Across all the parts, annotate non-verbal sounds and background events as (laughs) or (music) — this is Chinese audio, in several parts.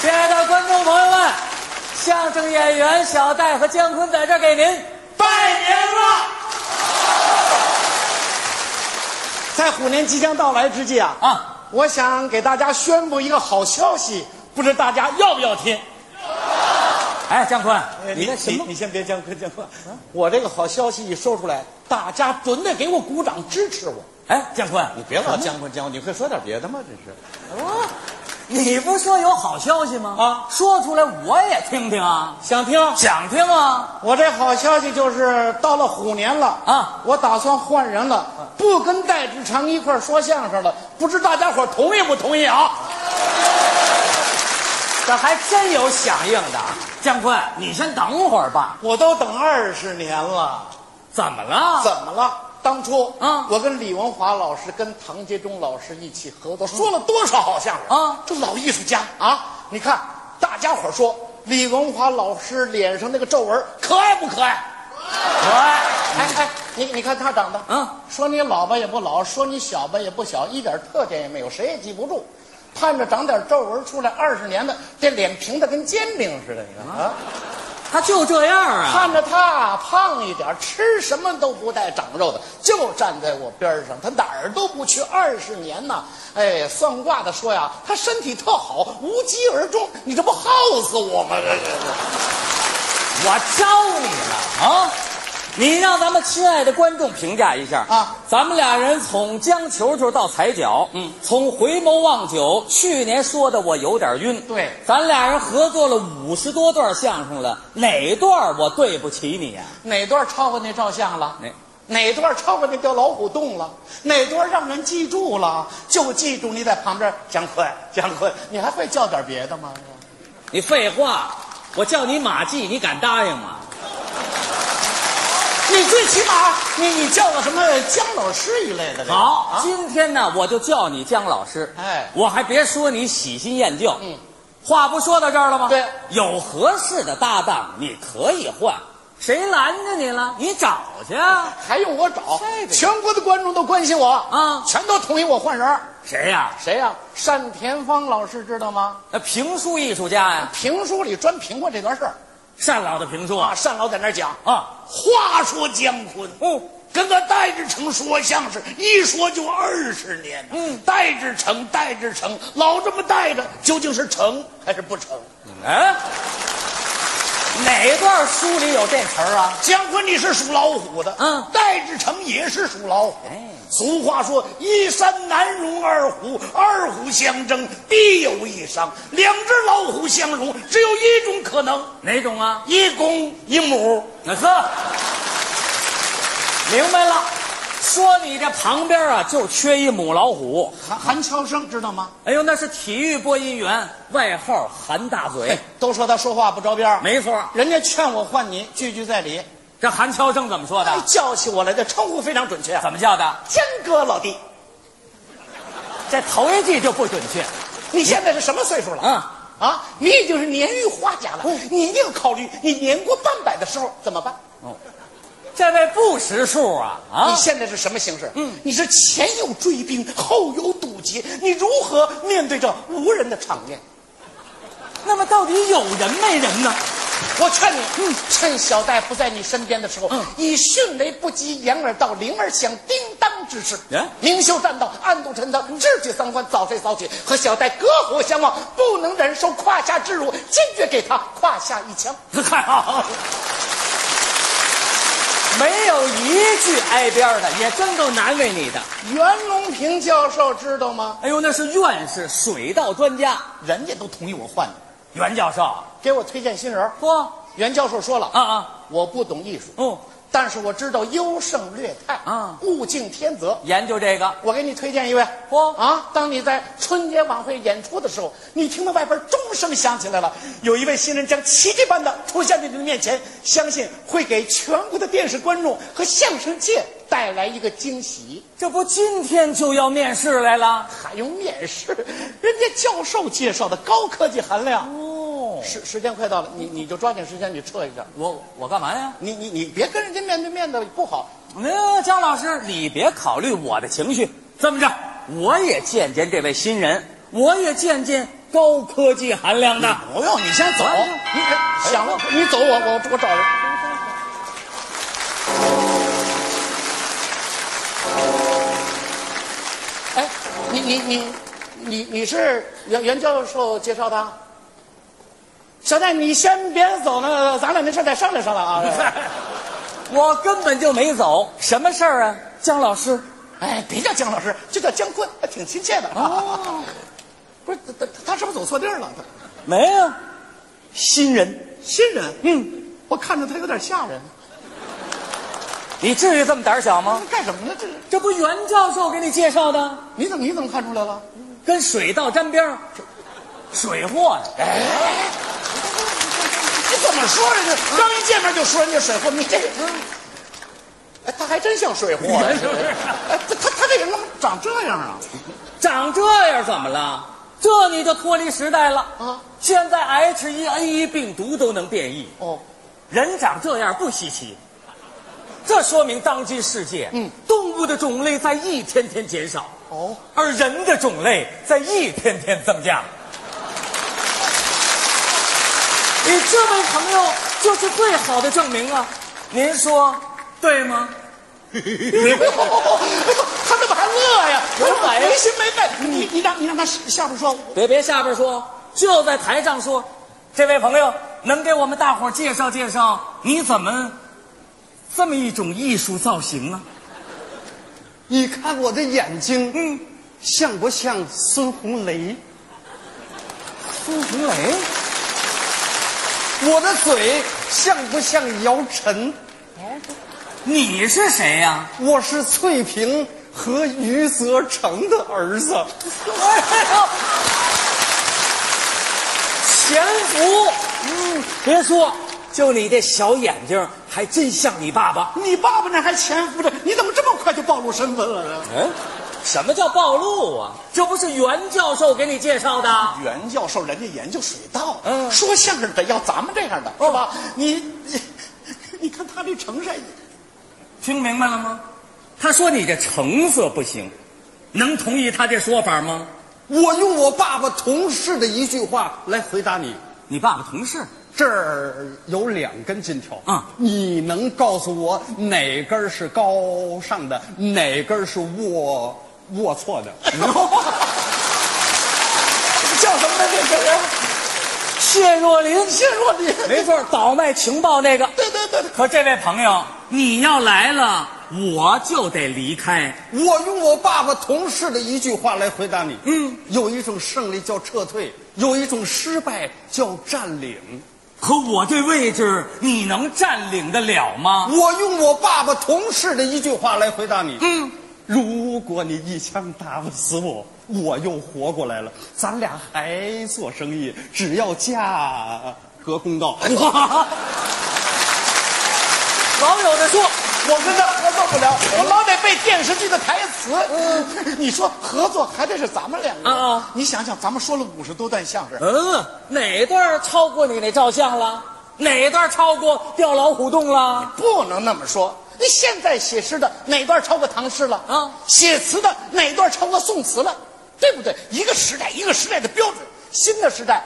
亲爱的观众朋友们，相声演员小戴和姜昆在这儿给您拜年了！在虎年即将到来之际啊，啊，我想给大家宣布一个好消息，不知大家要不要听？哎，姜昆，你那你什你么？你先别讲，别讲，我这个好消息一说出来，大家准得给我鼓掌支持我。哎，姜昆，你别老姜昆姜昆，你会说点别的吗？这是哦，你不说有好消息吗？啊说出来我也听听啊，想听？想听啊。我这好消息就是到了虎年了啊，我打算换人了，不跟戴志强一块儿说相声了，不知大家伙儿同意不同意啊？这还真有响应的。姜昆，你先等会儿吧。我都等二十年了，怎么了？怎么了？当初啊我跟李文华老师、跟唐杰忠老师一起合作，说了多少好相声啊！这老艺术家啊，你看大家伙说李文华老师脸上那个皱纹可爱不可爱？我哎哎，你你看他长得，嗯，说你老吧也不老，说你小吧也不小，一点特点也没有，谁也记不住。盼着长点皱纹出来，二十年的这脸平的跟煎饼似的，你看啊。他就这样啊。看着他胖一点，吃什么都不带长肉的，就站在我边上，他哪儿都不去，二十年呐！哎，算卦的说呀，他身体特好，无疾而终，你这不耗死我吗？ (laughs) 这这我招你了啊！你让咱们亲爱的观众评价一下啊！咱们俩人从姜球球到踩脚，嗯，从回眸望九，去年说的我有点晕。对咱俩人合作了五十多段相声了，哪段我对不起你啊呀、这哪段超过那照相了？哪哪段超过那掉老虎洞了？哪段让人记住了？就记住你在旁边，姜昆，姜昆，你还会叫点别的吗？你废话，我叫你马季，你敢答应吗？你最起码你你叫个什么姜老师一类的这个好，啊今天呢，我就叫你姜老师。哎我还别说你喜新厌旧。嗯，话不说到这儿了吗？对有合适的搭档，你可以换，谁拦着你了？你找去啊。还用我找这？个全国的观众都关心我啊全都同意我换人儿。谁呀、谁呀、单田芳老师知道吗？那评书艺术家呀、评书里专评过这段事儿单老的评书啊。单老在那儿讲，啊，话说姜昆哦，跟他戴志诚说相声，一说就二十年。嗯，戴志诚，戴志诚，老这么戴着，究竟是成还是不成？哎，哪段书里有这词儿啊？姜昆你是属老虎的，嗯戴志诚也是属老虎。哎俗话说一山难容二虎，二虎相争必有一伤。两只老虎相容，只有一种可能，哪种啊？一公一母。那呵，明白了。说你这旁边啊，就缺一母老虎。韩韩乔生知道吗？哎呦，那是体育播音员，外号韩大嘴。哎都说他说话不着边儿，没错，人家劝我换你，句句在理。这韩乔生怎么说的哎？，叫起我来的称呼非常准确啊，怎么叫的？江哥老弟，这头一句就不准确。你现在是什么岁数了？啊啊，你已经是年逾花甲了，你一定要考虑你年过半百的时候怎么办。这位不识数啊啊你！现在是什么形势？嗯，你是前有追兵，后有堵截，你如何面对这无人的场面？那么到底有人没人呢？ (laughs) 我劝你，嗯，趁小戴不在你身边的时候，嗯，以迅雷不及掩耳盗铃而响叮当之势嗯，明修栈道，暗度陈仓，智取三关，早睡早起，和小戴隔河相望，不能忍受胯下之辱，坚决给他胯下一枪。太好了，没有一句挨边儿的，也真够难为你的。袁隆平教授知道吗？哎呦，那是院士，水稻专家人家都同意我换你，袁教授。给我推荐新人儿。不啊袁教授说了，啊，我不懂艺术。哦，但是我知道优胜劣汰啊物竞天择。研究这个我给你推荐一位，哦啊，当你在春节晚会演出的时候，你听到外边钟声响起来了，有一位新人将奇迹般的出现在你的面前，相信会给全国的电视观众和相声界带来一个惊喜。这不今天就要面试来了？还用面试？人家教授介绍的高科技含量。哦，时时间快到了，你你就抓紧时间，你撤一下。我我干嘛呀？你你你别跟人家面对面的不好，那哎姜老师，你别考虑我的情绪。这么着，我也见见这位新人，我也见见高科技含量的。不用，哎你先走，你想你走，我我我找人。哎，你你你你你是袁袁教授介绍的？小戴，你先别走呢，咱俩那事儿再商量商量啊。 (laughs) 我根本就没走，什么事儿啊？姜老师，哎，别叫姜老师，就叫姜昆，还挺亲切的。哦，不是他他他是不是走错地儿了？他没有，新人，新人，嗯，我看着他有点吓人。你至于这么胆小吗？干什么呢？这是这不袁教授给你介绍的，你怎么你怎么看出来了？跟水稻沾边儿，水货呀、你怎么说人嗯家？刚一见面就说人家水货，你这个，哎，他还真像水货呀，是不是哎，他他他这人怎么长这样啊？长这样怎么了？这你就脱离时代了啊！现在 H1N1 病毒都能变异，哦，人长这样不稀奇。这说明当今世界，嗯，动物的种类在一天天减少，哦，而人的种类在一天天增加。你这位朋友就是最好的证明啊！您说对吗？ (laughs) 哦哎他怎么还乐呀？我他怎么来呀没心没肺。嗯你你让你让他下边说，别别下边说，就在台上说。这位朋友，能给我们大伙儿介绍介绍，你怎么这么一种艺术造型啊？你看我的眼睛，嗯，像不像孙红雷？孙红雷，我的嘴像不像姚晨？你是谁呀、 (laughs) 我是翠萍和余则成的儿子。潜伏，嗯，别说，就你这小眼睛，还真像你爸爸。你爸爸那还潜伏着，你怎么这么快就暴露身份了？嗯，什么叫暴露啊？这不是袁教授给你介绍的？袁教授人家研究水稻，嗯说相声的要咱们这样的，是吧？你 (laughs) 你你 (laughs) 看他这成色，听明白了吗？他说你这成色不行，能同意他这说法吗？我用我爸爸同事的一句话来回答你：你爸爸同事，这儿有两根金条啊你能告诉我哪根是高尚的，哪根是龌龌龊的？叫什么来着？这人谢若琳，谢若琳。没错，倒卖情报那个。对对对对，可这位朋友，你要来了，我就得离开。我用我爸爸同事的一句话来回答你：嗯，有一种胜利叫撤退，有一种失败叫占领。可我这位置，你能占领得了吗？我用我爸爸同事的一句话来回答你：嗯，如果你一枪打不死我，我又活过来了，咱俩还做生意，只要价格公道。 (laughs) 网友的说，我跟他合作不了，我老得背电视剧的台词。你说合作还得是咱们两个啊啊你想想，咱们说了五十多段相声，嗯，哪段超过你那照相了？哪段超过掉老虎洞了？不能那么说。你现在写诗的哪段超过唐诗了？啊写词的哪段超过宋词了？对不对？一个时代一个时代的标准，新的时代，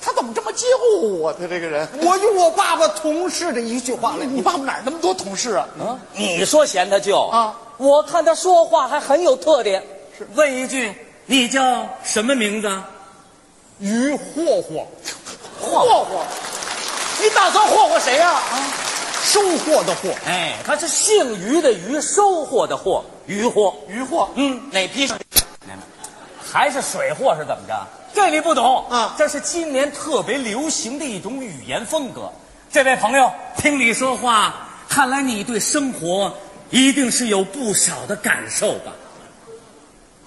他怎么这么忌讳我？他这个人，我用我爸爸同事的一句话来，你爸爸哪儿那么多同事啊？你说嫌他旧啊？我看他说话还很有特点。是问一句，你叫什么名字？于霍霍，霍霍，你打算霍霍谁呀、啊？收获的获，哎，他是姓于的于，收获的获，于获。余霍，嗯，哪批上？还是水货是怎么着？这你不懂啊这是今年特别流行的一种语言风格。这位朋友，听你说话，看来你对生活一定是有不少的感受吧？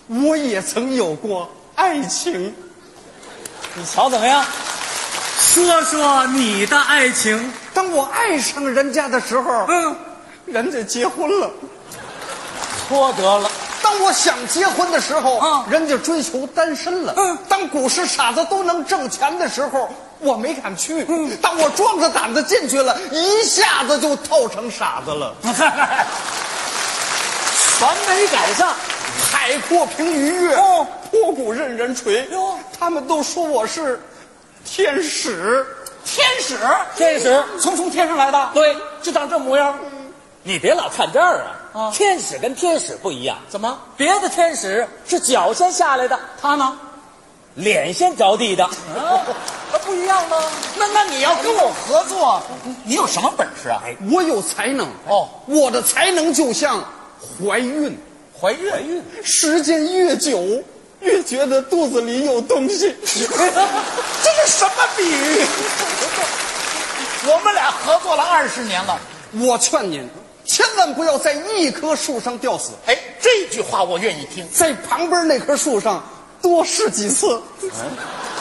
我也曾有过爱情。你瞧怎么样？说说你的爱情。当我爱上人家的时候，嗯，人家结婚了；脱得了。当我想结婚的时候，嗯人家追求单身了；嗯当股市傻子都能挣钱的时候，我没敢去；当我壮着胆子进去了，一下子就套成傻子了。全没赶上，太海阔凭鱼跃，哦破鼓任人锤。哟他们都说我是天使，天使，天使从从天上来的。对，就长这模样。嗯你别老看这儿啊！天使跟天使不一样，怎么别的天使是脚先下来的，他呢？啊脸先着地的，那不一样吗？那那你要跟我合作，你你有什么本事啊？哎我有才能哦，我的才能就像怀孕，怀孕，怀孕，时间越久，越觉得肚子里有东西。这是什么比喻？我们俩合作了二十年了，我劝您，千万不要在一棵树上吊死，哎，这句话我愿意听，在旁边那棵树上多试几次。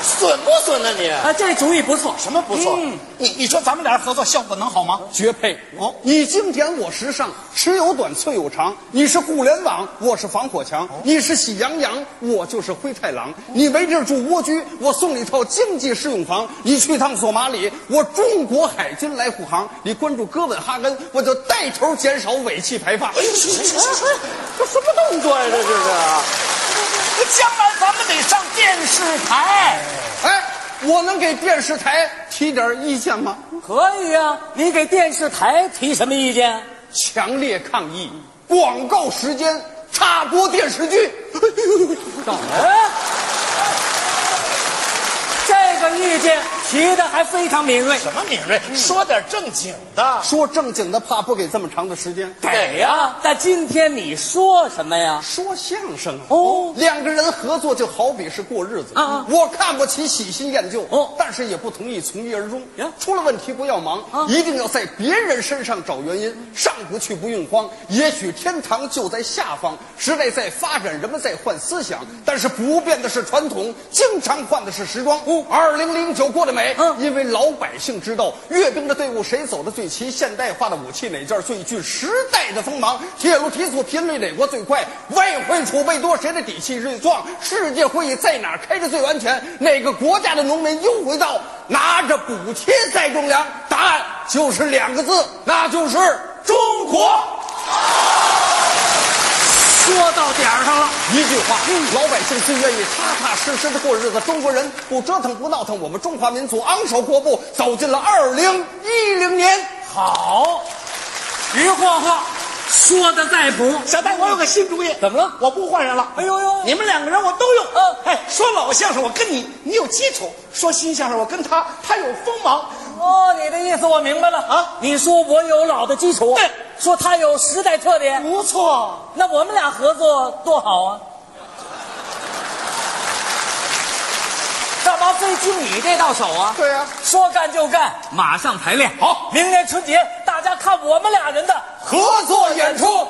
损不损呢你？啊，这主意不错。什么不错？嗯你你说咱们俩人合作效果能好吗？绝配哦！你经典，我时尚；尺有短，寸有长。你是互联网，我是防火墙；你是喜羊羊，我就是灰太狼。你没地儿住蜗居，我送你套经济适用房。你去趟索马里，我中国海军来护航。你关注哥本哈根，我就带头减少尾气排放。这什么动作呀、这是啊！将来咱们得上电视台。哎，我能给电视台提点意见吗？可以啊，你给电视台提什么意见？强烈抗议！广告时间插播电视剧。啊哎，这个意见提的还非常敏锐。什么敏锐？说点正经的。说正经的，怕不给这么长的时间。给呀、但今天你说什么呀？说相声啊，哦两个人合作就好比是过日子啊啊我看不起喜新厌旧，哦但是也不同意从一而终。呀出了问题不要忙，啊一定要在别人身上找原因。上不去不用慌，也许天堂就在下方。时代在发展，人们在换思想，但是不变的是传统，经常换的是时装。二零零九过得美，哦嗯因为老百姓知道阅兵的队伍谁走的最齐，现代化的武器哪件最具时代的锋芒，铁路提速频率哪国最快，外汇储备多谁的底气最壮，世界会议在哪儿开着最安全，哪个国家的农民又回到拿着补贴在种粮，答案就是两个字，那就是中国。说到点儿上了。一句话，老百姓最愿意踏踏实实的过日子。中国人不折腾不闹腾，我们中华民族昂首阔步走进了二零一零年。好，于晃晃说的在谱。小戴，我有个新主意。怎么了我不换人了。哎呦呦你们两个人我都用。嗯哎，说老相声我跟你，你有基础；说新相声我跟他，他有锋芒。哦，你的意思我明白了啊你说我有老的基础，对说他有时代特点，不错，那我们俩合作多好啊！干嘛非经你这到手啊？对呀说干就干，马上排练。好明年春节大家看我们俩人的合作演出。